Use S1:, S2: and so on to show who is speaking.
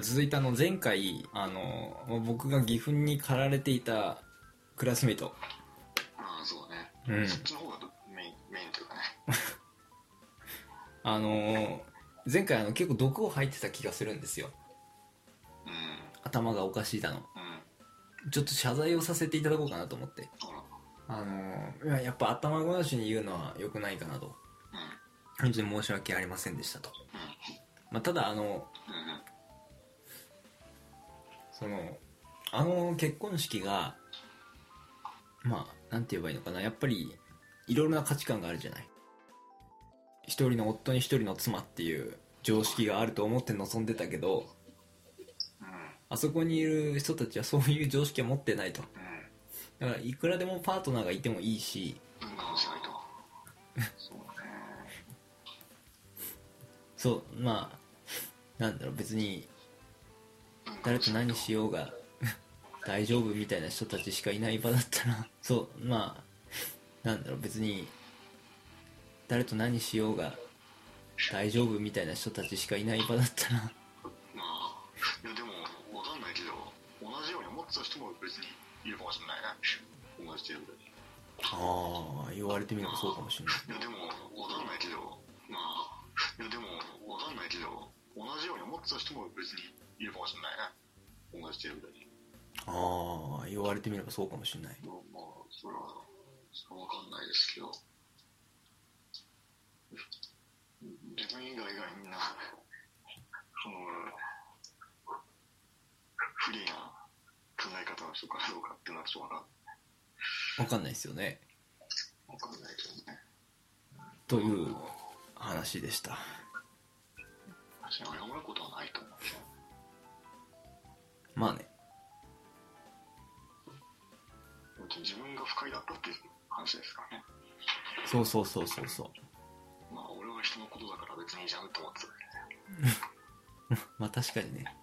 S1: 続いてあの前回あの僕が義憤に駆られていたクラスメイト
S2: うん、そうだね。
S1: うん
S2: そっちの方がメイン、メインというかね。
S1: あの前回あの結構毒を吐いてた気がするんですよ
S2: う
S1: 頭がおかしいだの
S2: ん、うん。
S1: ちょっと謝罪をさせていただこうかなと思って
S2: ほら、
S1: あのいややっぱ頭ごなしに言うのは良くないかなと
S2: う
S1: 本当に申し訳ありませんでしたと、まあ、ただあの
S2: ん、うん、うん、
S1: そのあの結婚式がまあなんて言えばいいのかなやっぱりいろいろな価値観があるじゃない一人の夫に一人の妻っていう常識があると思って望んでたけどあそこにいる人たちはそういう常識は持ってないと
S2: う
S1: だからいくらでもパートナーがいてもいいし
S2: ん、うん、文化の世界と。そうだね。
S1: そうまあなんだろう別に
S2: 文化
S1: 誰
S2: の
S1: と
S2: 世界
S1: 何しようが大丈夫みたいな人たちしかいない場だったら そうまあなんだろう別に誰と何しようが大丈夫みたいな人たちしかいない場だったら
S2: まあ、いやでも、わかんないけど、同じように思ってた人も別にいるかもしれないね。同じ程度で。
S1: ああ言われてみればそうかもしれない
S2: いやでも、わかんないけど、まあ、いやでも、わかんないけど、同じように思ってた人も別にいるかもしれないね。同じ程度で。
S1: ああ言われてみればそうかもしれない
S2: まあ、まあ、それは、それはわかんないですけど、自分以外がみんな、その、フリーな考え方の人かどうかっていうのはしょうが
S1: わかんないですよね
S2: わかんないけどね。
S1: という話でした
S2: 私に謝ることはないと思うけど。
S1: まあね
S2: 自分が不快だったっていう話ですからね。
S1: そうそうそうそうそう
S2: まあ、俺は人のことだから別にいいじゃんと思ってたけどね。
S1: まあ確かにね